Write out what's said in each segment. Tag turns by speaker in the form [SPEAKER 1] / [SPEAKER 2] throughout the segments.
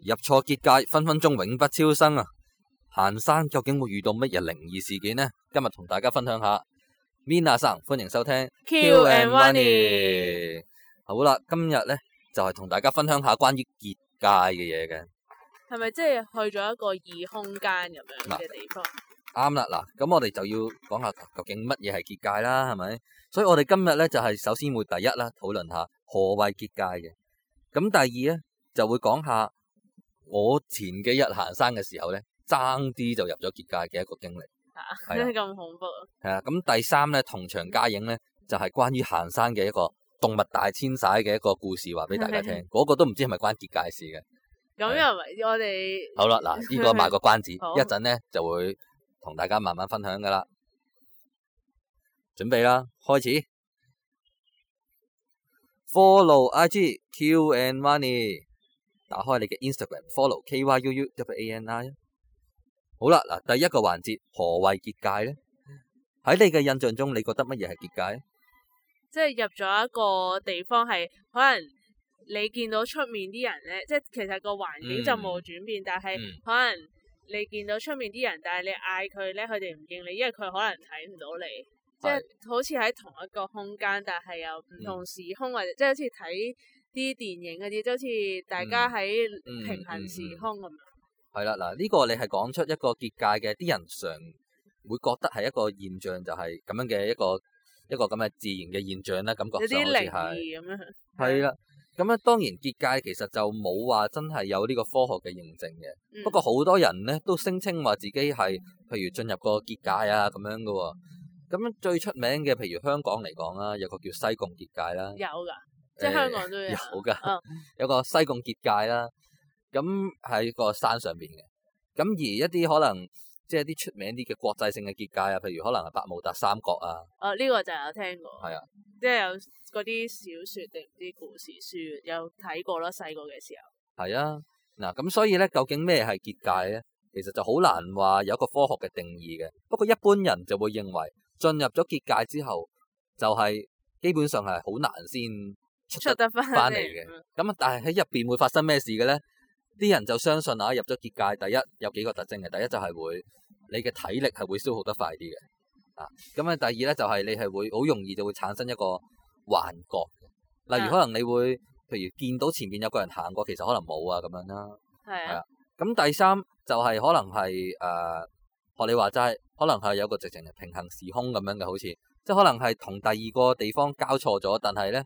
[SPEAKER 1] 入錯結界，分分鐘永不超生啊！行山究竟會遇到乜嘢靈異事件呢？今日同大家分享下。Mina 生，歡迎收聽
[SPEAKER 2] Q and
[SPEAKER 1] Winnie。好啦，今日咧就係、同大家分享下關於結界嘅嘢嘅。
[SPEAKER 2] 係咪即係去咗一個異空間咁樣嘅地方？
[SPEAKER 1] 啱啦，嗱，咁我哋就要講下究竟乜嘢係結界啦，係咪？所以我哋今日咧就係、首先會第一啦，討論下何謂結界嘅。咁第二咧就會講下我前幾日行山嘅時候咧，爭啲就入咗結界嘅一個經歷。
[SPEAKER 2] 嚇
[SPEAKER 1] 係啊
[SPEAKER 2] 咁恐怖啊！
[SPEAKER 1] 係啊，咁第三咧同場加映咧就係、關於行山嘅一個動物大遷徙嘅一個故事，話俾大家聽。嗰個都唔知係咪關結界事嘅。
[SPEAKER 2] 咁
[SPEAKER 1] 係啊
[SPEAKER 2] 又唔係我哋
[SPEAKER 1] 好啦，嗱，呢個賣個關子，
[SPEAKER 2] 好
[SPEAKER 1] 一陣咧就會同大家慢慢分享噶啦。準備啦，開始。Follow IG Q and Money，打開你嘅 Instagram，follow K Y U U W A N I 啊。好啦，嗱，第一個環節，何謂結界咧？喺你嘅印象中，你覺得乜嘢係結界？
[SPEAKER 2] 即係入咗一個地方係可能你見到出面啲人咧，即係其實個環境就冇轉變，但係
[SPEAKER 1] 嗯
[SPEAKER 2] 可能你見到出面啲人，但係你嗌佢咧，佢哋唔應你，因為佢可能睇唔到你。即係好似喺同一個空間，但係又唔同
[SPEAKER 1] 嗯
[SPEAKER 2] 時空，或者即係好似睇啲電影嗰啲，即係好似大家喺
[SPEAKER 1] 嗯
[SPEAKER 2] 平行時空咁樣。
[SPEAKER 1] 係啦，嗱，呢個你係講出一個結界嘅，啲人常會覺得係一個現象，就係咁樣嘅一個一個咁嘅自然嘅現象啦，感覺
[SPEAKER 2] 有
[SPEAKER 1] 上
[SPEAKER 2] 啲
[SPEAKER 1] 好
[SPEAKER 2] 靈
[SPEAKER 1] 似係
[SPEAKER 2] 異咁樣。啊
[SPEAKER 1] 係啊啦。咁咧當然結界其實就冇話真係有呢個科學嘅認證嘅，
[SPEAKER 2] 嗯
[SPEAKER 1] 不過好多人咧都聲稱話自己係譬如進入個結界啊咁樣嘅喎。咁最出名嘅譬如香港嚟講啦，有個叫西貢結界啦。
[SPEAKER 2] 有㗎，即係香港都有。
[SPEAKER 1] 有噶
[SPEAKER 2] 嗯，
[SPEAKER 1] 有個西貢結界啦，咁喺個山上邊嘅。咁而一啲可能即係啲出名啲嘅國際性嘅結界啊，譬如可能係百慕達三角啊，
[SPEAKER 2] 哦，呢個就有聽過。
[SPEAKER 1] 係啊。
[SPEAKER 2] 即係有嗰啲小説定唔知故事書有睇過啦，細個嘅時候。
[SPEAKER 1] 係啊，嗱咁所以咧，究竟咩係結界咧？其實就好難話有一個科學嘅定義嘅。不過一般人就會認為進入咗結界之後，就係、基本上係好難先出
[SPEAKER 2] 出
[SPEAKER 1] 得
[SPEAKER 2] 得翻
[SPEAKER 1] 翻嚟嘅。咁啊，但係喺入邊會發生咩事嘅咧？啲人就相信啊，入咗結界，第一有幾個特徵嘅，第一就係會你嘅體力係會消耗得快啲嘅，啊，咁啊，第二咧就係你係會好容易就會產生一個幻覺嘅，例如
[SPEAKER 2] 啊
[SPEAKER 1] 可能你會譬如見到前面有個人行過，其實可能冇啊咁樣啦。
[SPEAKER 2] 係
[SPEAKER 1] 係啊
[SPEAKER 2] 啊，
[SPEAKER 1] 咁第三就係、可能係誒，呃學、你話齋，可能係有個直情係平行時空咁樣嘅，好似即係可能係同第二個地方交錯咗，但係咧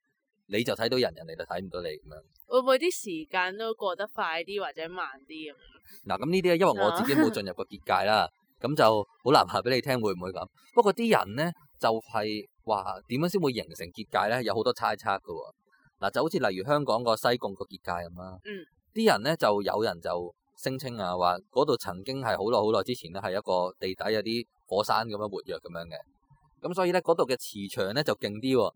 [SPEAKER 1] 你就睇到人，人哋就睇唔到你咁樣。
[SPEAKER 2] 會唔會啲時間都過得快啲或者慢啲咁樣？
[SPEAKER 1] 嗱，咁呢啲咧，因為我自己冇進入過結界啦，咁就好難話俾你聽會唔會咁。不過啲人咧就係話點樣先會形成結界咧，有好多猜測嘅喎。嗱，就好似例如香港個西貢個結界咁啦，
[SPEAKER 2] 嗯，
[SPEAKER 1] 啲人咧就有人就聲稱啊話嗰度曾經係好耐好耐之前咧係一個地底有啲火山咁樣活躍咁樣嘅，咁所以咧嗰度嘅磁場咧就勁啲喎，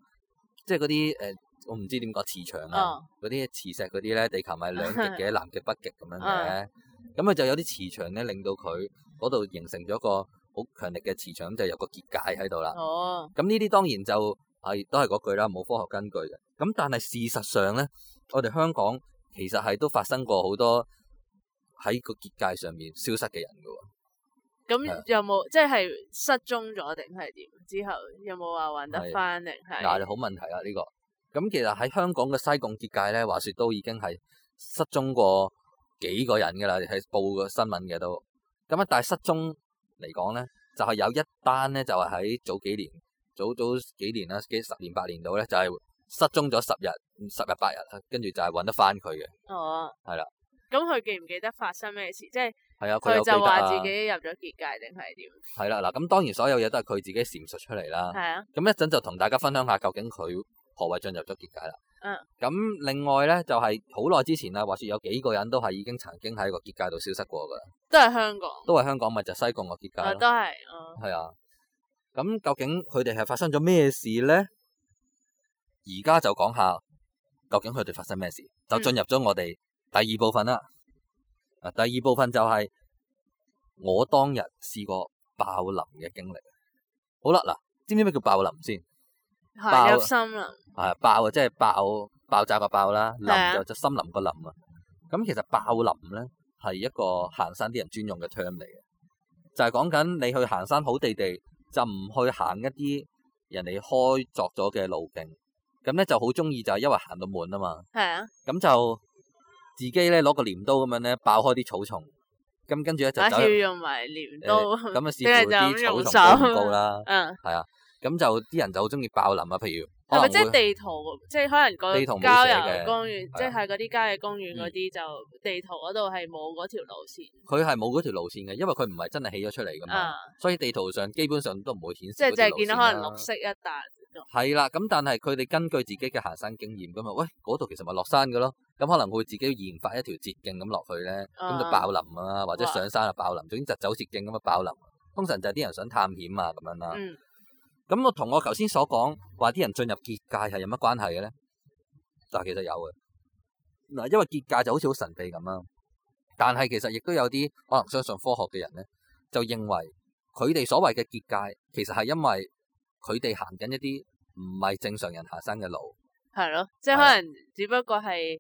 [SPEAKER 1] 即係嗰啲誒。呃我唔知點講磁場啊
[SPEAKER 2] 哦，
[SPEAKER 1] 嗰啲、磁石嗰啲咧，地球咪兩極嘅，南極北極咁樣嘅
[SPEAKER 2] 嗯。
[SPEAKER 1] 咁佢就有啲磁場咧，令到佢嗰度形成咗個好強力嘅磁場，咁就有個結界喺度啦。
[SPEAKER 2] 哦，
[SPEAKER 1] 咁呢啲當然就係都係嗰句啦，冇科學根據嘅。咁但係事實上咧，我哋香港其實係都發生過好多喺個結界上面消失嘅人㗎喎。
[SPEAKER 2] 咁
[SPEAKER 1] 係啊
[SPEAKER 2] 有冇即係失蹤咗定係點？之後有冇話揾
[SPEAKER 1] 係
[SPEAKER 2] 得翻定
[SPEAKER 1] 嗱，你
[SPEAKER 2] 係？
[SPEAKER 1] 好問題啦啊呢個。咁其實喺香港嘅西貢結界咧，話説都已經係失蹤過幾個人㗎啦，係報個新聞嘅都。咁啊，但係失蹤嚟講咧，就係、有一單咧，就係喺早幾年，早早幾年啦，幾十年八年度咧，就係、失蹤咗十日，嗯十日八日啦，跟住就係揾得翻佢嘅。
[SPEAKER 2] 哦，
[SPEAKER 1] 係啦。
[SPEAKER 2] 咁佢記唔記得發生咩事？即係
[SPEAKER 1] 係啊，佢有記
[SPEAKER 2] 佢
[SPEAKER 1] 得
[SPEAKER 2] 就話
[SPEAKER 1] 啊
[SPEAKER 2] 自己入咗結界定係點？
[SPEAKER 1] 係啦，嗱咁當然所有嘢都係佢自己闡述出嚟啦。
[SPEAKER 2] 係啊，
[SPEAKER 1] 咁一陣就同大家分享下究竟佢何謂進入咗結界啦。
[SPEAKER 2] 嗯。
[SPEAKER 1] 咁另外咧就係好耐之前啦，話説有幾個人都係已經曾經喺個結界度消失過噶啦，
[SPEAKER 2] 都係香港，
[SPEAKER 1] 都係香港咪就西貢個結
[SPEAKER 2] 啊
[SPEAKER 1] 界
[SPEAKER 2] 都
[SPEAKER 1] 咯。
[SPEAKER 2] 係，哦，
[SPEAKER 1] 係啊。咁究竟佢哋係發生咗咩事咧？而家就講下究竟佢哋發生咩事，
[SPEAKER 2] 嗯
[SPEAKER 1] 就進入咗我哋第二部分啦。啊，第二部分就係我當日試過爆林嘅經歷。好啦，嗱，知唔知咩叫爆林先？爆
[SPEAKER 2] 係入心啦，
[SPEAKER 1] 啊啊！爆啊，即係爆爆炸個爆啦，
[SPEAKER 2] 係啊
[SPEAKER 1] 林就就森林個林啊。咁其實爆林咧係一個行山啲人專用嘅 term 嚟嘅，就係講緊你去行山好地地，就唔去行一啲人哋開作咗嘅路徑。咁咧就好中意就係因為行到悶啊嘛，
[SPEAKER 2] 係啊，
[SPEAKER 1] 咁就自己咧攞個鐮刀咁樣咧爆開啲草叢，咁跟住咧就
[SPEAKER 2] 啊
[SPEAKER 1] 走
[SPEAKER 2] 要
[SPEAKER 1] 去
[SPEAKER 2] 用埋鐮刀，
[SPEAKER 1] 誒咁啊視
[SPEAKER 2] 定係
[SPEAKER 1] 乎
[SPEAKER 2] 就咁
[SPEAKER 1] 啲
[SPEAKER 2] 用
[SPEAKER 1] 草叢高唔
[SPEAKER 2] 手
[SPEAKER 1] 高啦，
[SPEAKER 2] 嗯，
[SPEAKER 1] 係啊，咁就啲人就好中意爆林啊，譬如可
[SPEAKER 2] 係咪
[SPEAKER 1] 能
[SPEAKER 2] 即係
[SPEAKER 1] 會
[SPEAKER 2] 地圖？即係可能個
[SPEAKER 1] 地圖冇
[SPEAKER 2] 郊
[SPEAKER 1] 寫嘅
[SPEAKER 2] 遊公
[SPEAKER 1] 係
[SPEAKER 2] 園，
[SPEAKER 1] 啊
[SPEAKER 2] 即係嗰啲郊野公園
[SPEAKER 1] 嗯
[SPEAKER 2] 嗰啲就地圖嗰度係冇嗰條路線，
[SPEAKER 1] 佢係冇嗰條路線嘅，因為佢唔係真係起咗出嚟噶嘛，
[SPEAKER 2] 啊，
[SPEAKER 1] 所以地圖上基本上都唔會顯示
[SPEAKER 2] 即係
[SPEAKER 1] 嗰條路線啦。
[SPEAKER 2] 就係見到可能綠色一笪咁，
[SPEAKER 1] 係啦，咁但係佢哋根據自己嘅行山經驗咁啊，喂，嗰度其實咪落山嘅咯，咁可能會自己研發一條捷徑咁落去咧，咁就
[SPEAKER 2] 啊
[SPEAKER 1] 爆林啊，或者
[SPEAKER 2] 哇
[SPEAKER 1] 上山就爆林，總之就走捷徑咁啊爆林。通常就係啲人想探險啊咁樣啦。
[SPEAKER 2] 嗯，
[SPEAKER 1] 咁我同我頭先所講話啲人進入結界係有乜關係嘅咧？嗱，其實有嘅。嗱，因為結界就好似好神秘咁啦，但係其實亦都有啲可能相信科學嘅人咧，就認為佢哋所謂嘅結界其實係因為佢哋行緊一啲唔係正常人行山嘅路，
[SPEAKER 2] 係咯，即係
[SPEAKER 1] 係啊
[SPEAKER 2] 可能只不過係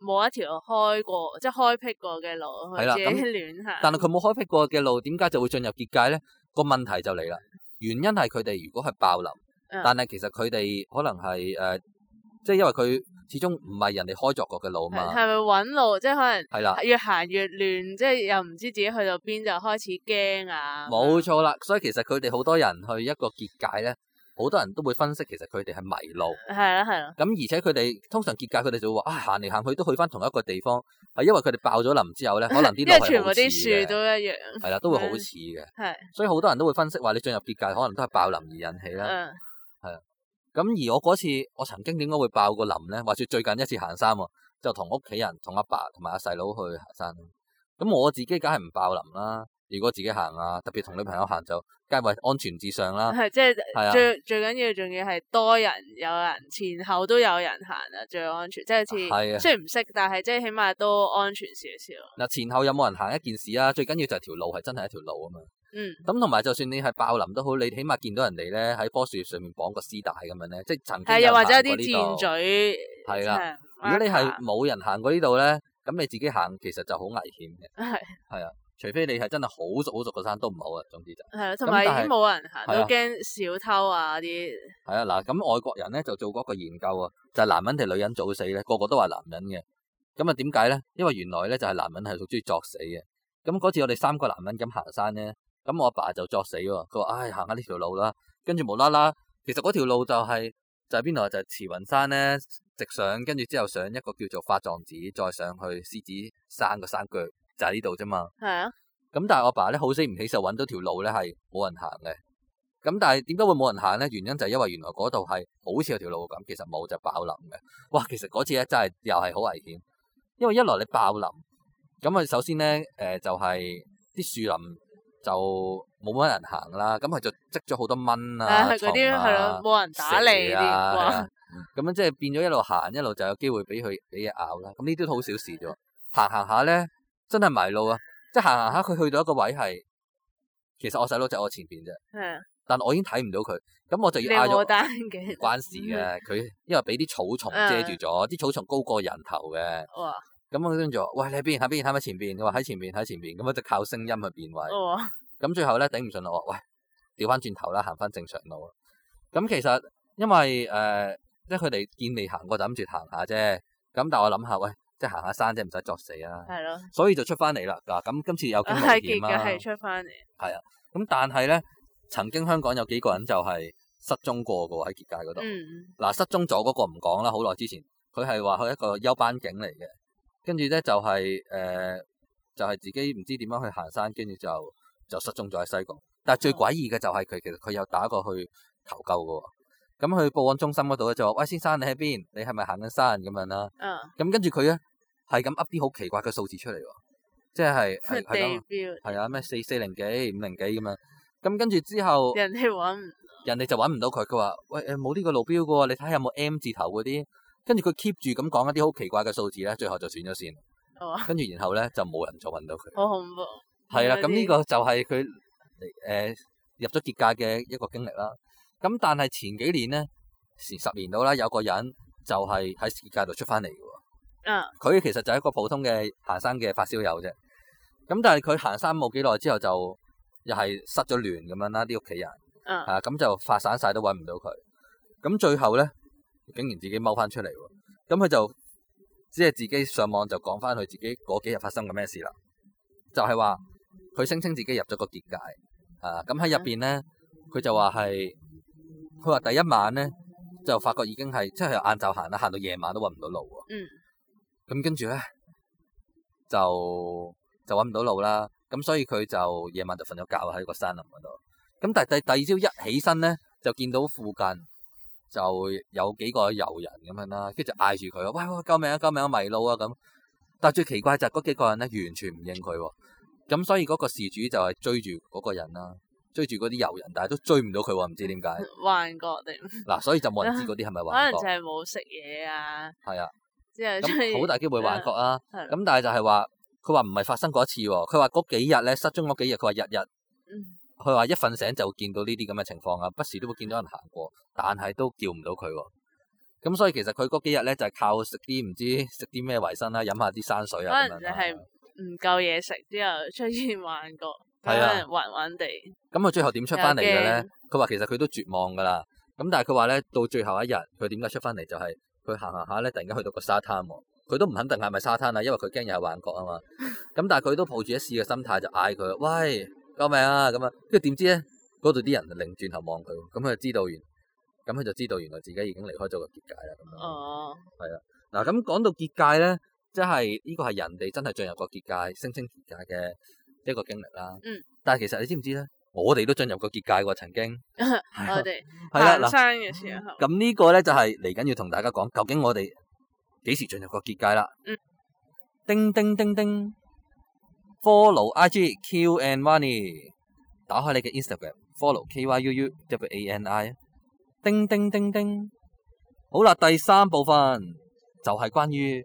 [SPEAKER 2] 冇一條開過，即係開闢過嘅路，佢
[SPEAKER 1] 係啦
[SPEAKER 2] 自己
[SPEAKER 1] 咁
[SPEAKER 2] 亂行，
[SPEAKER 1] 但係佢冇開闢過嘅路，點解就會進入結界咧？個問題就嚟啦，原因係佢哋如果係爆林，
[SPEAKER 2] 嗯
[SPEAKER 1] 但係其實佢哋可能係誒、呃即係因為佢始終唔係人哋開作過嘅路
[SPEAKER 2] 係
[SPEAKER 1] 嘛，啊
[SPEAKER 2] 係咪揾路？即係可能。
[SPEAKER 1] 係啦。
[SPEAKER 2] 越行越亂，即係又唔知自己去到邊就開始驚啊！
[SPEAKER 1] 冇錯啦，所以其實佢哋好多人去一個結界咧，好多人都會分析其實佢哋係迷路。
[SPEAKER 2] 係啦係啦，
[SPEAKER 1] 咁而且佢哋通常結界佢哋就會話啊行嚟行去都去翻同一個地方，係因為佢哋爆咗林之 後咧，可能啲
[SPEAKER 2] 因
[SPEAKER 1] 路係
[SPEAKER 2] 為
[SPEAKER 1] 好似
[SPEAKER 2] 全部啲
[SPEAKER 1] 嘅
[SPEAKER 2] 樹都一樣，嗯
[SPEAKER 1] 係啦，都會好似嘅。
[SPEAKER 2] 係
[SPEAKER 1] 所以好多人都會分析話你進入結界可能都係啊爆林而引起啦。
[SPEAKER 2] 嗯
[SPEAKER 1] 咁而我嗰次我曾經點解會爆個林咧？話説最近一次行山喎，就同屋企人、同阿爸同埋阿細佬去行山。咁我自己梗係唔爆林啦。如果自己行啊，特別同女朋友行就梗係為安全至上啦。
[SPEAKER 2] 嗯係即係
[SPEAKER 1] 係啊，
[SPEAKER 2] 最最緊要仲要係多人有人前後都有人行啊，最安全，即係好
[SPEAKER 1] 係啊
[SPEAKER 2] 似雖然唔識，但係即係起碼都安全少少。
[SPEAKER 1] 嗱，前後有冇人行一件事啊？最緊要就係條路係真係一條路啊嘛。
[SPEAKER 2] 嗯，
[SPEAKER 1] 咁同埋就算你係爆林都好，你起碼見到人哋咧喺棵樹上面綁個絲帶咁樣咧，即係曾經
[SPEAKER 2] 係又啊或者有
[SPEAKER 1] 有
[SPEAKER 2] 啲
[SPEAKER 1] 箭
[SPEAKER 2] 箭嘴，
[SPEAKER 1] 係啦。
[SPEAKER 2] 係
[SPEAKER 1] 如果你係
[SPEAKER 2] marker
[SPEAKER 1] 冇人行過呢度咧，咁你自己行其實就好危險嘅。
[SPEAKER 2] 係
[SPEAKER 1] 係啊，除非你係真係好熟好熟個山都唔好啊。總之就
[SPEAKER 2] 係啦，同埋已
[SPEAKER 1] 但係
[SPEAKER 2] 經冇人
[SPEAKER 1] 係
[SPEAKER 2] 行，都
[SPEAKER 1] 啊
[SPEAKER 2] 驚小偷啊啲，
[SPEAKER 1] 係啊嗱，咁外國人咧就做過一個研究啊，就係、男人定女人早死咧，個個都話男人嘅。咁啊點解咧？因為原來咧就係男人係好中意作死嘅。咁嗰次我哋三個男人咁行山咧，咁我阿爸就作死喎，佢話：唉，行下呢條路啦。跟住無啦啦，其實嗰條路就係、就係邊度啊？就係、慈雲山咧，直上，跟住之後上一個叫做法藏寺，再上去獅子山個山腳，就係呢度啫嘛。
[SPEAKER 2] 係啊，
[SPEAKER 1] 咁但係我爸咧好死唔起就揾到條路咧係冇人行嘅。咁但係點解會冇人行咧？原因就係因為原來嗰度係好似有條路咁，其實冇就爆林嘅。哇！其實嗰次咧真係又係好危險，因為一來你爆林，咁啊首先咧誒、呃就係、啲樹林就冇乜人行啦，咁佢就積咗好多蚊啊、
[SPEAKER 2] 係嗰啲
[SPEAKER 1] 蟲
[SPEAKER 2] 係咯
[SPEAKER 1] 啊，、
[SPEAKER 2] 冇人打你
[SPEAKER 1] 蛇
[SPEAKER 2] 啲，
[SPEAKER 1] 啊係
[SPEAKER 2] 哇
[SPEAKER 1] 啊！咁樣即係變咗一路行一路就有機會俾佢俾嘢咬啦。咁呢啲都好小事啫。行行下咧，真係迷路啊！即係行行下，佢去到一個位係，其實我細佬就喺我前邊啫，
[SPEAKER 2] 係啊
[SPEAKER 1] 但我已經睇唔到佢，咁我就
[SPEAKER 2] 你
[SPEAKER 1] 要嗌
[SPEAKER 2] 冇嗯
[SPEAKER 1] 咗。
[SPEAKER 2] 單嘅
[SPEAKER 1] 唔，關事嘅，佢因為俾啲草叢
[SPEAKER 2] 嗯
[SPEAKER 1] 遮住咗，啲草叢高過人頭嘅。
[SPEAKER 2] 哇！
[SPEAKER 1] 咁我跟住話：喂，你喺邊？喺邊？喺咪前邊？佢話喺前邊，喺前邊。咁我就靠聲音去變位。
[SPEAKER 2] 哦，
[SPEAKER 1] 咁最後咧頂唔順啦，我話喂，調翻轉頭啦，行翻正常路啦。咁其實因為誒、呃即係佢哋見你行過就諗住行下啫。咁但係我諗下，喂，即係行下山啫，唔使作死啊。
[SPEAKER 2] 係咯，啊
[SPEAKER 1] 所以就出翻嚟啦。嗱，咁今次有驚無
[SPEAKER 2] 係結
[SPEAKER 1] 險
[SPEAKER 2] 嘅
[SPEAKER 1] 啦。
[SPEAKER 2] 係出翻嚟，
[SPEAKER 1] 啊咁但係咧，曾經香港有幾個人就係失蹤過嘅喎喺結界嗰度。
[SPEAKER 2] 嗯，
[SPEAKER 1] 嗱，失蹤咗嗰個唔講啦，好耐之前，佢係話佢一個休班警嚟嘅，跟住咧就係、呃就係、自己唔知點樣去行山，跟住就就失蹤咗喺西貢。但係最詭異嘅就係佢其實佢有打過去求救嘅喎，咁去報案中心嗰度咧就話：喂，先生你喺邊？你係咪行緊山咁樣啦？
[SPEAKER 2] 啊，
[SPEAKER 1] 咁跟住佢咧係咁噏啲好奇怪嘅數字出嚟喎，即係係係
[SPEAKER 2] 地
[SPEAKER 1] 咁啊
[SPEAKER 2] 標，
[SPEAKER 1] 係啊咩四四零幾五零幾咁樣，咁跟住之後。
[SPEAKER 2] 人哋揾唔
[SPEAKER 1] 人哋就揾唔到佢，佢話：喂，誒冇呢個路標嘅喎，你睇下有冇 M 字頭嗰啲。跟住佢 keep 住咁講一啲好奇怪嘅數字咧，最後就斷咗線。
[SPEAKER 2] 哦，
[SPEAKER 1] 跟住然後咧就冇人再揾到佢。
[SPEAKER 2] 好恐怖，
[SPEAKER 1] 係啦，咁呢
[SPEAKER 2] 嗰啲
[SPEAKER 1] 個就係佢誒入咗結界嘅一個經歷啦。咁但係前幾年咧，前十年到啦，有個人就係喺結界度出翻嚟嘅喎。
[SPEAKER 2] 啊，
[SPEAKER 1] 佢其實就係一個普通嘅行山嘅發燒友啫。咁但係佢行山冇幾耐之後就又係失咗聯咁樣啦，啲屋企人
[SPEAKER 2] 啊，
[SPEAKER 1] 啊，咁就發散晒都揾唔到佢。咁最後咧，竟然自己踎翻出嚟喎。咁佢就只係自己上網就講翻佢自己嗰幾日發生嘅咩事啦。就係話佢聲稱自己入咗個結界啊，咁喺入邊咧，佢就話係佢話第一晚咧就發覺已經係即係由晏晝行啦，行到夜晚都揾唔到路喎。
[SPEAKER 2] 嗯，
[SPEAKER 1] 咁跟住咧就就揾唔到路啦。咁所以佢就夜晚就瞓咗覺喺個山林嗰度。咁但係第第二朝一起身咧，就見到附近就有幾個遊人咁樣啦，跟住就嗌住佢話：喂喂，救命啊！救命啊！迷路啊！咁。但係最奇怪就係嗰幾個人咧，完全唔應佢喎。咁所以嗰個事主就係追住嗰個人啦，追住嗰啲遊人，但係都追唔到佢喎，唔知點解。
[SPEAKER 2] 幻覺定
[SPEAKER 1] 嗱，所以就冇人知嗰啲係咪
[SPEAKER 2] 可能
[SPEAKER 1] 幻
[SPEAKER 2] 就
[SPEAKER 1] 覺，
[SPEAKER 2] 係冇食嘢啊，
[SPEAKER 1] 係啊。
[SPEAKER 2] 之後
[SPEAKER 1] 咁好大機會幻覺啊！
[SPEAKER 2] 係
[SPEAKER 1] 咁但係就係話，佢話唔係發生過一次喎，佢話嗰幾日咧失蹤嗰幾日，佢話日日，
[SPEAKER 2] 嗯
[SPEAKER 1] 佢話一瞓醒就會見到呢啲咁嘅情況啊，不時都會見到人行過，但係都叫唔到佢喎。咁所以其實佢嗰幾日咧就係靠食啲唔知食啲咩維生啦，飲下啲山水啊
[SPEAKER 2] 可
[SPEAKER 1] 咁
[SPEAKER 2] 能
[SPEAKER 1] 樣
[SPEAKER 2] 就
[SPEAKER 1] 啦。
[SPEAKER 2] 係唔夠嘢食之後出現幻覺，可
[SPEAKER 1] 係啊
[SPEAKER 2] 能暈暈地，
[SPEAKER 1] 咁佢最後點出翻嚟嘅
[SPEAKER 2] 又
[SPEAKER 1] 咧
[SPEAKER 2] 驚？
[SPEAKER 1] 佢話其實佢都絕望㗎啦。咁但係佢話咧，到最後一日，佢點解出翻嚟就係佢行行下咧，突然間去到個沙灘喎。佢都唔肯定係咪沙灘啦，因為佢驚又係幻覺啊嘛。咁但係佢都抱住一試嘅心態就嗌佢：喂，救命啊！咁啊，跟住點知咧，嗰度啲人就擰轉頭望佢，咁佢就知道原，咁佢就知道原來自己已經離開咗個結界啦。咁樣。
[SPEAKER 2] 哦，
[SPEAKER 1] 嗱，咁講到結界咧，即係呢個係人哋真係進入過結界、聲稱結界嘅一個經歷啦。
[SPEAKER 2] 嗯。
[SPEAKER 1] 但係其實你知唔知咧？我哋都進入過結界喎，曾經。係
[SPEAKER 2] 我
[SPEAKER 1] 啊
[SPEAKER 2] 哋
[SPEAKER 1] 係啦，
[SPEAKER 2] 行
[SPEAKER 1] 嗱，
[SPEAKER 2] 山嘅時候，
[SPEAKER 1] 咁呢個咧就係嚟緊要同大家講，究竟我哋幾時進入過結界啦？
[SPEAKER 2] 嗯。
[SPEAKER 1] 叮叮叮叮，follow IG Q and Wani，打開你嘅 Instagram，follow K Y U U W A N I。叮啊叮叮叮，好啦，第三部分就係關於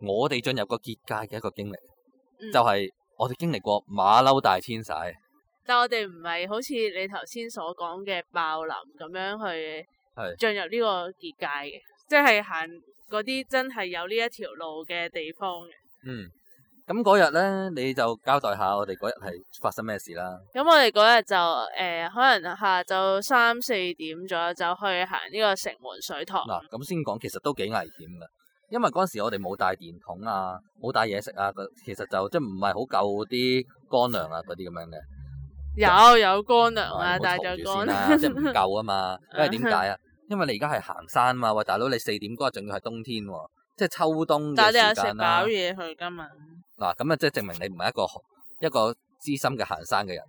[SPEAKER 1] 我哋進入過結界嘅一個經歷，
[SPEAKER 2] 嗯
[SPEAKER 1] 就係我哋經歷過馬騮大遷徙。
[SPEAKER 2] 但我哋唔係好似你頭先所講嘅爆林咁樣去
[SPEAKER 1] 係
[SPEAKER 2] 進入呢個結界嘅，即係行嗰啲真係有呢一條路嘅地方嘅。
[SPEAKER 1] 嗯，咁嗰日咧，你就交代下我哋嗰日係發生咩事啦。
[SPEAKER 2] 咁我哋嗰日就誒、呃可能下晝三四點左右就去行呢個城門水塘。
[SPEAKER 1] 嗱，咁先講，其實都幾危險噶，因為嗰陣時我哋冇帶電筒啊，冇帶嘢食啊，個其實就即係唔係好夠啲乾糧啊嗰啲咁樣嘅。啊你唔好
[SPEAKER 2] 有有乾糧啊，帶
[SPEAKER 1] 嘈住先
[SPEAKER 2] 咗乾
[SPEAKER 1] 啦，即係唔夠啊 嘛。因為點
[SPEAKER 2] 啊
[SPEAKER 1] 解啊？因為你而家係行山嘛，喂大佬，你四點嗰日仲要係冬天喎，即係秋冬嘅
[SPEAKER 2] 但係你有
[SPEAKER 1] 時
[SPEAKER 2] 食
[SPEAKER 1] 間啦
[SPEAKER 2] 飽。嘢去噶嘛？
[SPEAKER 1] 嗱，咁啊，即係證明你唔係一個一個資深嘅行山嘅 人。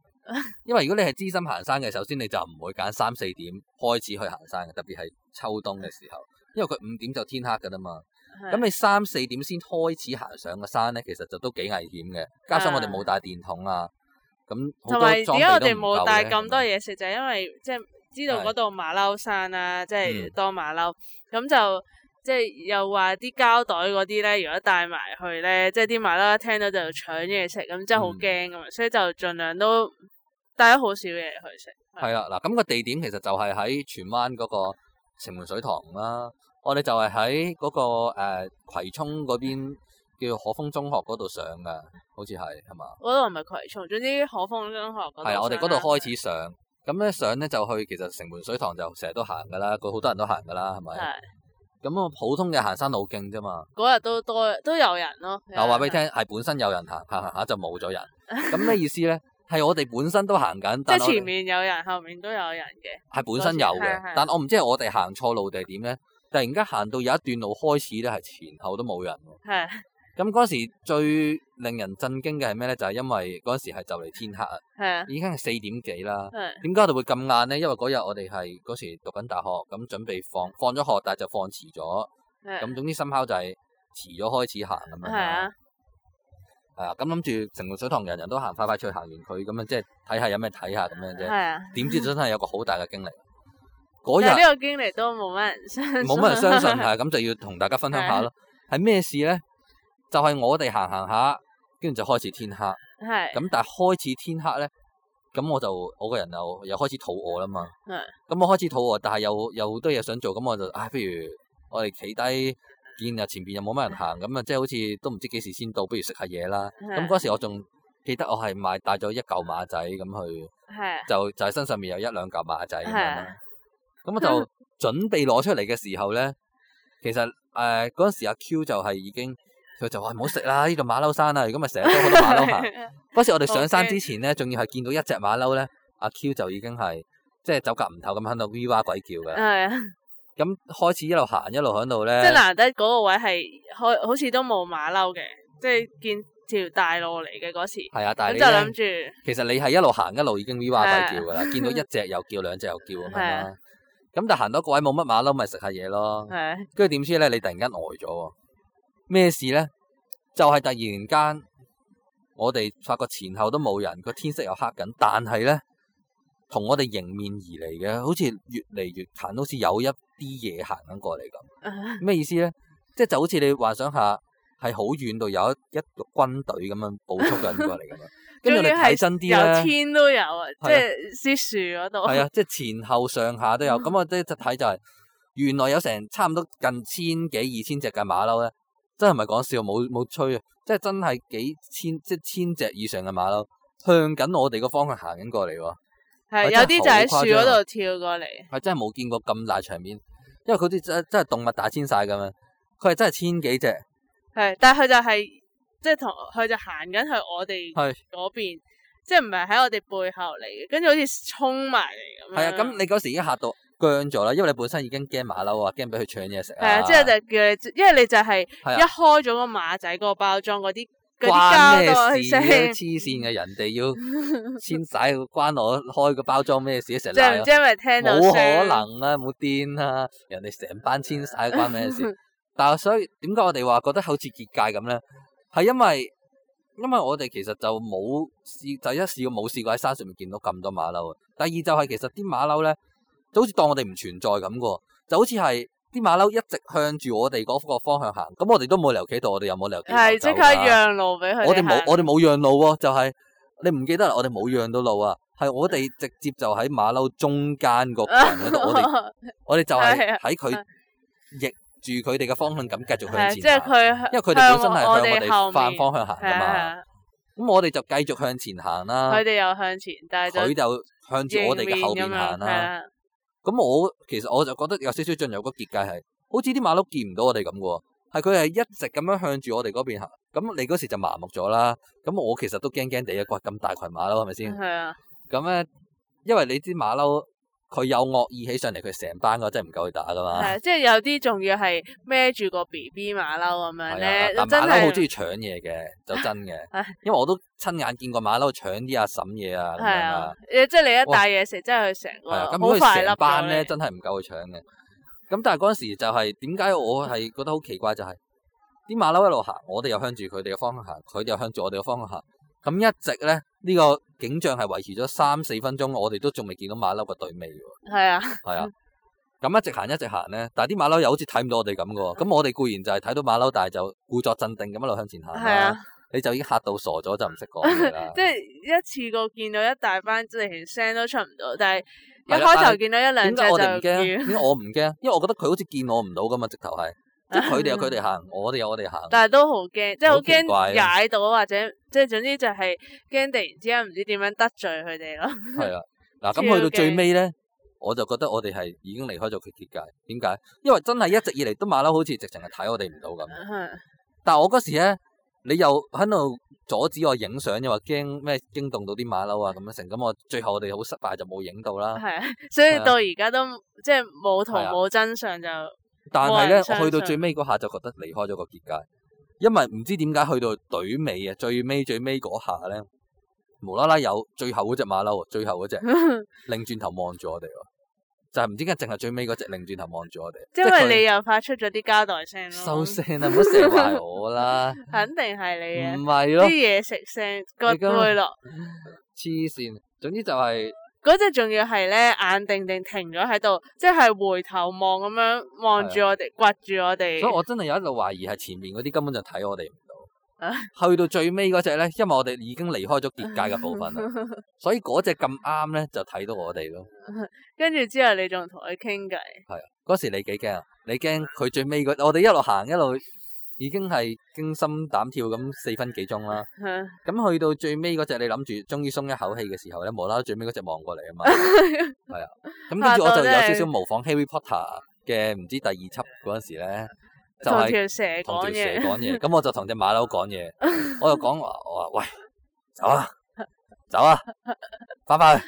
[SPEAKER 1] 因為如果你係資深行山嘅，首先你就唔會揀三四點開始去行山嘅，特別係秋冬嘅時候，因為佢五點就天黑㗎啦嘛。咁啊
[SPEAKER 2] 係
[SPEAKER 1] 你三四點先開始行上個山咧，其實就都幾危險嘅。加上我哋冇帶電筒啊，咁好多
[SPEAKER 2] 同埋
[SPEAKER 1] 裝
[SPEAKER 2] 點解我
[SPEAKER 1] 備
[SPEAKER 2] 哋
[SPEAKER 1] 都唔夠
[SPEAKER 2] 冇
[SPEAKER 1] 咧
[SPEAKER 2] 帶咁多。嘢食，就係因為即係知道
[SPEAKER 1] 係
[SPEAKER 2] 嗰度馬騮山啦，即
[SPEAKER 1] 嗯
[SPEAKER 2] 係多馬騮，咁就即係又話啲膠袋嗰啲咧，如果帶埋去咧，即係啲馬騮一聽到就搶嘢食，咁真係好
[SPEAKER 1] 嗯
[SPEAKER 2] 驚噶嘛，所以就盡量都帶咗好少嘢去食。
[SPEAKER 1] 係啦，嗱，咁個地點其實就係喺荃灣嗰個城門水塘啦。我哋就係喺嗰個誒葵涌嗰邊叫可豐中學嗰度上嘅，好似係係嘛？
[SPEAKER 2] 嗰度唔係葵涌，總之可豐中學嗰度上啦。
[SPEAKER 1] 係啊，我哋嗰度開始上，咁咧上咧就去其實城門水塘就成日都行㗎啦，佢好多人都行㗎啦，係咪？
[SPEAKER 2] 係
[SPEAKER 1] 咁啊，普通嘅行山路徑啫嘛。
[SPEAKER 2] 嗰日都多都有人咯。啊有
[SPEAKER 1] 嗱，話俾你
[SPEAKER 2] 人
[SPEAKER 1] 聽，係本身有人行 行行下就冇 咗人，咁咩意思咧？係我哋本身都行緊，
[SPEAKER 2] 即
[SPEAKER 1] 但
[SPEAKER 2] 係
[SPEAKER 1] 係
[SPEAKER 2] 前面有人，後面都有人嘅。
[SPEAKER 1] 係本身有
[SPEAKER 2] 嗰時
[SPEAKER 1] 嘅
[SPEAKER 2] 係係，
[SPEAKER 1] 但我唔知係我哋行錯路定係點咧。突然間行到有一段路開始咧，係前後都冇人喎。
[SPEAKER 2] 係
[SPEAKER 1] 咁嗰時最令人震驚嘅係咩咧？就係、因為嗰時係就嚟天黑 啊，
[SPEAKER 2] 係啊
[SPEAKER 1] 已經係四點幾啦。
[SPEAKER 2] 係啊
[SPEAKER 1] 點解我哋會咁晏咧？因為嗰日我哋係嗰時讀緊大學，咁準備放放咗學，但係就放遲咗。
[SPEAKER 2] 係啊
[SPEAKER 1] 咁總之深烤就係遲咗開始行咁樣
[SPEAKER 2] 係
[SPEAKER 1] 啦
[SPEAKER 2] 啊。
[SPEAKER 1] 係啊，咁諗住城門水塘人人都行快快脆行完佢，咁樣即係睇下有咩睇下咁樣
[SPEAKER 2] 係
[SPEAKER 1] 啫。
[SPEAKER 2] 啊！
[SPEAKER 1] 點知真係有個好大嘅經歷，嗰
[SPEAKER 2] 但係
[SPEAKER 1] 日
[SPEAKER 2] 呢個經歷都冇乜人相信，啊
[SPEAKER 1] 冇乜人相信，係咁就要同大家分享下咯。係咩事咧？就係我哋行行下，跟住就開始天黑。
[SPEAKER 2] 係
[SPEAKER 1] 咁但係開始天黑咧，咁我就我個人又又開始肚餓啦嘛。
[SPEAKER 2] 係
[SPEAKER 1] 咁我開始肚餓，但係又有好多嘢想做，咁我就唉，不如我哋企低見啊前邊又冇乜人行，咁啊即係好似都唔知幾時先到，不如食下嘢啦。
[SPEAKER 2] 係
[SPEAKER 1] 咁嗰時我仲記得我係買帶咗一嚿馬仔咁去，
[SPEAKER 2] 係
[SPEAKER 1] 就就係身上面有一兩嚿馬仔咁樣
[SPEAKER 2] 係嗯
[SPEAKER 1] 啦。咁我就準備攞出嚟嘅時候咧，其實誒嗰陣時阿 Q 就係已經佢就話唔好食啦，呢度馬騮山啊，如果咪成日都好多馬騮 行。嗰時我哋上山之前咧，仲要係見到一隻馬騮咧，阿 Q 就已經係即係走夾唔透咁喺度 V 哇鬼叫嘅。
[SPEAKER 2] 係啊，
[SPEAKER 1] 咁開始一路行一路喺度咧
[SPEAKER 2] 即，係難得嗰個位係開，好似都冇馬騮嘅，即係見條大路嚟嘅嗰時，
[SPEAKER 1] 係啊，但
[SPEAKER 2] 咁
[SPEAKER 1] 係
[SPEAKER 2] 就諗
[SPEAKER 1] 你呢
[SPEAKER 2] 住。
[SPEAKER 1] 其實你係一路行一路已經 V 哇鬼叫噶啦， 見到一隻又叫，兩隻又叫咁樣
[SPEAKER 2] 係
[SPEAKER 1] 啦。咁但行到個位冇乜馬騮，咪食下嘢咯。
[SPEAKER 2] 係
[SPEAKER 1] 跟住點知咧，你突然間呆咗喎，咩事咧？就係、突然間，我哋發覺前後都冇人，個天色又黑緊，但係咧，同我哋迎面而嚟嘅，好似越嚟越近，好似有一啲嘢行緊過嚟咁。咩意思咧？即係就好似你幻想下，係好遠度有一一個軍隊咁樣步速緊過 嚟咁樣，跟住你睇真啲
[SPEAKER 2] 有
[SPEAKER 1] 咧，
[SPEAKER 2] 天都有啊，即
[SPEAKER 1] 係啊
[SPEAKER 2] 係啲樹嗰度。
[SPEAKER 1] 係啊，即係前後上下都
[SPEAKER 2] 嗯
[SPEAKER 1] 有。咁我即係睇就係、原來有成差唔多近千幾二千隻嘅馬騮咧，真係唔係講笑，冇冇吹啊！即係真係幾千即係千隻以上嘅馬騮向緊我哋個方向行緊過嚟喎，
[SPEAKER 2] 係
[SPEAKER 1] 係
[SPEAKER 2] 有啲就喺
[SPEAKER 1] 真係好誇
[SPEAKER 2] 樹
[SPEAKER 1] 張啊
[SPEAKER 2] 嗰度跳過嚟，
[SPEAKER 1] 係真係冇見過咁大場面，因為佢啲真真係動物大遷晒咁樣，佢係真係千幾隻，
[SPEAKER 2] 係，但係佢就係即係同佢就行緊去我哋
[SPEAKER 1] 係
[SPEAKER 2] 嗰邊，即係唔係喺我哋背後嚟嘅，跟住好似衝埋嚟咁樣。
[SPEAKER 1] 係啊！咁你嗰時已經嚇到僵咗啦，因為你本身已經驚馬騮啊，驚俾佢搶嘢食
[SPEAKER 2] 係啊，
[SPEAKER 1] 啊，
[SPEAKER 2] 之後就叫你，因為你就係
[SPEAKER 1] 係啊
[SPEAKER 2] 一開咗個馬仔嗰個包裝嗰啲
[SPEAKER 1] 關
[SPEAKER 2] 嗰啲
[SPEAKER 1] 咩
[SPEAKER 2] 膠袋
[SPEAKER 1] 事啊？黐
[SPEAKER 2] 先，
[SPEAKER 1] 線嘅人哋 要遷徙，關我開個包裝咩事？成日
[SPEAKER 2] 即係
[SPEAKER 1] 賴
[SPEAKER 2] 唔
[SPEAKER 1] 我
[SPEAKER 2] 知係咪聽到
[SPEAKER 1] 冇
[SPEAKER 2] 聲
[SPEAKER 1] 可能啊，冇癲啊！人哋成班遷徙關咩事？啊但係所以點解我哋話覺得好似結界咁咧？係因為因為我哋其實就冇試，就一試過冇試過喺山上面見到咁多馬騮啊。第二就係其實啲馬騮咧，就好似當我哋唔存在咁噶，就好似係啲馬騮一直向住我哋嗰個方向行，咁我哋都冇理由企度，我哋又冇理由企
[SPEAKER 2] 係即
[SPEAKER 1] 走啊
[SPEAKER 2] 刻
[SPEAKER 1] 㗎
[SPEAKER 2] 讓路俾佢
[SPEAKER 1] 我哋冇
[SPEAKER 2] 行
[SPEAKER 1] 我哋冇讓路喎，就係、你唔記得啦，我哋冇讓到路啊，係我哋直接就喺馬騮中間 個群嗰度，我哋我哋就
[SPEAKER 2] 係
[SPEAKER 1] 係
[SPEAKER 2] 啊
[SPEAKER 1] 喺佢逆住佢哋嘅方向咁繼續
[SPEAKER 2] 係
[SPEAKER 1] 向
[SPEAKER 2] 即
[SPEAKER 1] 前
[SPEAKER 2] 係
[SPEAKER 1] 行，
[SPEAKER 2] 佢，
[SPEAKER 1] 因為佢哋本身係向我
[SPEAKER 2] 哋後
[SPEAKER 1] 哋反
[SPEAKER 2] 面
[SPEAKER 1] 方向行
[SPEAKER 2] 係
[SPEAKER 1] 噶嘛，
[SPEAKER 2] 啊，
[SPEAKER 1] 咁我哋就繼續向前行啦
[SPEAKER 2] 佢，哋又向前，但係就
[SPEAKER 1] 佢就向住我哋嘅後邊
[SPEAKER 2] 迎面咁樣
[SPEAKER 1] 行
[SPEAKER 2] 係
[SPEAKER 1] 啦。
[SPEAKER 2] 啊
[SPEAKER 1] 咁我其實我就覺得有少少進入個結界係，好似啲馬騮見唔到我哋咁嘅喎，係佢係一直咁樣向住我哋嗰邊行。咁你嗰時就麻木咗啦。咁我其實都驚驚地啊，哇！咁大群馬騮係咪先？
[SPEAKER 2] 係啊，
[SPEAKER 1] 咁咧，因為你知馬騮佢有惡意起上嚟，佢成班嘅真係唔夠佢打噶嘛。
[SPEAKER 2] 係啊即係有啲仲要係孭住個 B B 馬騮咁樣
[SPEAKER 1] 係
[SPEAKER 2] 咧，
[SPEAKER 1] 啊，但
[SPEAKER 2] 真
[SPEAKER 1] 馬騮好中
[SPEAKER 2] 係
[SPEAKER 1] 意搶嘢嘅，就真嘅
[SPEAKER 2] 唉。
[SPEAKER 1] 因為我都親眼見過馬騮搶啲阿嬸嘢啊咁
[SPEAKER 2] 係
[SPEAKER 1] 樣
[SPEAKER 2] 啊
[SPEAKER 1] 啦。，
[SPEAKER 2] 誒即係你一
[SPEAKER 1] 哇
[SPEAKER 2] 帶嘢食，真係佢成個
[SPEAKER 1] 係啊，咁
[SPEAKER 2] 好
[SPEAKER 1] 佢
[SPEAKER 2] 快笠
[SPEAKER 1] 成班咧
[SPEAKER 2] 咗
[SPEAKER 1] 真係唔夠佢搶嘅。咁但係嗰陣時就係點解我係覺得好奇怪就係、啲馬騮一路行，我哋又向住佢哋嘅方向行，佢哋又向住我哋嘅方向行。咁一直咧呢、個景象係維持咗三四分鐘，我哋都仲未見到馬騮嘅隊尾喎。
[SPEAKER 2] 你，係啊，
[SPEAKER 1] 係 啊，咁一直行一直行咧，但係啲馬騮又好似睇唔到我哋咁嘅喎。咁我哋固然就係睇到馬騮，但係就故作鎮定咁一路向前行
[SPEAKER 2] 係啊。
[SPEAKER 1] 啦。你就已經嚇到傻咗，就唔識講嘢啦
[SPEAKER 2] 即係一次過見到一大班，即係連聲都出唔到，但係一
[SPEAKER 1] 係啦
[SPEAKER 2] 開
[SPEAKER 1] 但
[SPEAKER 2] 頭
[SPEAKER 1] 係
[SPEAKER 2] 見到一兩
[SPEAKER 1] 點
[SPEAKER 2] 隻
[SPEAKER 1] 解我哋唔
[SPEAKER 2] 就
[SPEAKER 1] 驚？啊
[SPEAKER 2] 叫，
[SPEAKER 1] 點解我唔驚？因為我覺得佢好似見我唔到 咁啊，直頭係，即係佢哋有佢哋行，我哋有我哋行。
[SPEAKER 2] 但係都好驚，即係好
[SPEAKER 1] 好奇怪
[SPEAKER 2] 驚
[SPEAKER 1] 啊
[SPEAKER 2] 踩到或者即係總之就係驚突然之間唔知點樣得罪佢哋咯。
[SPEAKER 1] 係啦， 嗱
[SPEAKER 2] 超
[SPEAKER 1] 咁去到最尾咧，我就覺得我哋係已經離開咗佢結界。點解？因為真係一直以嚟都馬騮好似直情係睇我哋唔到 咁。但係我嗰時咧，你又喺度阻止我影相，又話驚咩驚動到啲馬騮啊咁樣成。咁我最後我哋好失敗就冇影到啦。
[SPEAKER 2] 係啊，所以
[SPEAKER 1] 係啊
[SPEAKER 2] 到而家都即係冇圖
[SPEAKER 1] 係啊
[SPEAKER 2] 冇真相就
[SPEAKER 1] 但係咧，
[SPEAKER 2] 冇人相信
[SPEAKER 1] 我去到最尾嗰下就覺得離開咗個結界，因為唔知點解去到隊尾啊，最尾最尾嗰下咧，無啦啦有最後嗰只馬騮，最後嗰 只擰轉頭望住我哋喎，就係唔知點解淨係最尾嗰只擰轉頭望住我哋，
[SPEAKER 2] 因
[SPEAKER 1] 係
[SPEAKER 2] 為你又發出咗啲交代聲
[SPEAKER 1] 佢
[SPEAKER 2] 咯
[SPEAKER 1] 收，聲啊啦，唔好成日壞我啦，
[SPEAKER 2] 肯定 係啊你嘅
[SPEAKER 1] 唔嗯係
[SPEAKER 2] 啲
[SPEAKER 1] 咯，
[SPEAKER 2] 嘢食聲個
[SPEAKER 1] 你今啊日
[SPEAKER 2] 背落
[SPEAKER 1] 黐線。總之就係
[SPEAKER 2] 嗰只仲要係咧眼定定停咗喺度，即係回頭望咁樣望住我哋，掘住我哋
[SPEAKER 1] 所以。我真係有一度懷疑係前面嗰啲根本就睇我哋唔
[SPEAKER 2] 啊
[SPEAKER 1] 到，去到最尾嗰隻咧，因為我哋已經離開咗結界嘅部分啦，所以嗰只咁啱咧就睇到我哋咯。
[SPEAKER 2] 跟住之後你仲同佢傾偈，
[SPEAKER 1] 嗰時你幾驚啊？你驚佢最尾嗰，我哋一路行一路已經係驚心膽跳咁四分幾鐘啦。
[SPEAKER 2] 嚇
[SPEAKER 1] 咁去到最尾嗰只，你諗住終於鬆一口氣嘅時候咧，無啦啦最尾嗰只望過嚟啊嘛，係啊。咁跟住我就有少少模仿 Harry Potter 嘅唔知第二輯嗰陣時咧，就
[SPEAKER 2] 同
[SPEAKER 1] 係、
[SPEAKER 2] 條蛇
[SPEAKER 1] 同
[SPEAKER 2] 講
[SPEAKER 1] 條蛇
[SPEAKER 2] 嘢，
[SPEAKER 1] 講嘢，咁我就同只馬騮講 嘢，我就講話我話喂，走啊，走啊，翻 返去。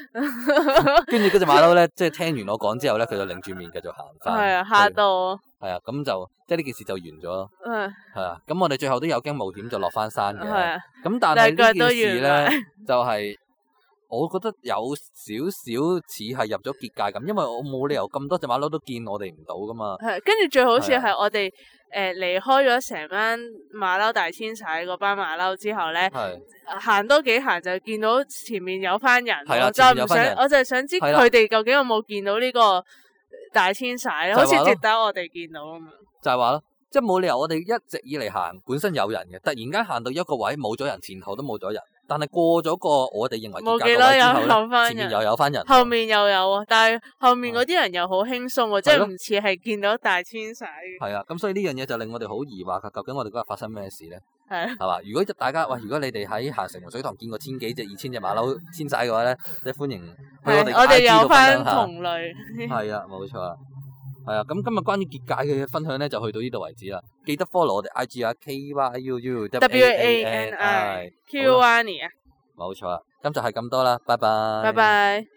[SPEAKER 1] 跟住嗰只馬騮咧，即係聽完我講之後咧，佢就擰住面繼續行翻。
[SPEAKER 2] 係啊，嚇到我，
[SPEAKER 1] 係啊，咁就即係呢件事就完咗。
[SPEAKER 2] 嗯，
[SPEAKER 1] 係啊，咁我哋最後都有驚無險就落翻山嘅。
[SPEAKER 2] 係啊，
[SPEAKER 1] 咁但
[SPEAKER 2] 但
[SPEAKER 1] 係
[SPEAKER 2] 係腳
[SPEAKER 1] 呢
[SPEAKER 2] 都
[SPEAKER 1] 件事
[SPEAKER 2] 軟埋
[SPEAKER 1] 咧，就係、我覺得有少少似係入咗結界咁，因為我冇理由咁多隻馬騮都見我哋唔到噶嘛。
[SPEAKER 2] 係跟住最好笑
[SPEAKER 1] 係啊
[SPEAKER 2] 係我哋誒離開咗成班馬騮大遷徙嗰班馬騮之後咧，
[SPEAKER 1] 係
[SPEAKER 2] 行多幾行就見到前面有班人，
[SPEAKER 1] 係啦
[SPEAKER 2] 我就
[SPEAKER 1] 前面
[SPEAKER 2] 唔
[SPEAKER 1] 有班
[SPEAKER 2] 想
[SPEAKER 1] 人，
[SPEAKER 2] 我就係想知
[SPEAKER 1] 係啦
[SPEAKER 2] 佢哋究竟有冇見到呢個大遷徙咧？
[SPEAKER 1] 就
[SPEAKER 2] 好似
[SPEAKER 1] 話咯
[SPEAKER 2] 值得我哋見到咁樣。啊
[SPEAKER 1] 就係話咯，即係冇理由我哋一直以嚟行本身有人嘅，突然間行到一個位冇咗人，前後都冇咗人，但係過咗個我哋認為
[SPEAKER 2] 冇
[SPEAKER 1] 結
[SPEAKER 2] 幾
[SPEAKER 1] 界
[SPEAKER 2] 多
[SPEAKER 1] 個位之
[SPEAKER 2] 有
[SPEAKER 1] 後咧，
[SPEAKER 2] 後翻
[SPEAKER 1] 前面
[SPEAKER 2] 人，
[SPEAKER 1] 又有翻人。
[SPEAKER 2] 後面又有喎，但係後面
[SPEAKER 1] 係
[SPEAKER 2] 嗰啲人又好輕鬆喎，即
[SPEAKER 1] 係
[SPEAKER 2] 係
[SPEAKER 1] 咯
[SPEAKER 2] 唔似係見到大遷徙。
[SPEAKER 1] 係啊，咁所以呢樣嘢就令我哋好疑惑㗎，啊究竟我哋嗰日發生咩事咧？
[SPEAKER 2] 係啊
[SPEAKER 1] 係嘛？如果大家喂，如果你哋喺行城門水塘見過千幾隻、二千隻馬騮遷徙嘅話咧，即係歡迎去我哋
[SPEAKER 2] 嗯係我哋
[SPEAKER 1] IG
[SPEAKER 2] 有
[SPEAKER 1] 度分
[SPEAKER 2] 翻
[SPEAKER 1] 享下。
[SPEAKER 2] 同類，
[SPEAKER 1] 係啊，冇錯啊。係 啊，咁今日關於結界嘅分享咧，就去到呢度為止啦。記得 follow 我哋 IG 啊，K Y U U
[SPEAKER 2] W A N I Q a n i 啊，
[SPEAKER 1] 冇錯啊。咁就係咁多啦，拜拜。
[SPEAKER 2] 拜拜。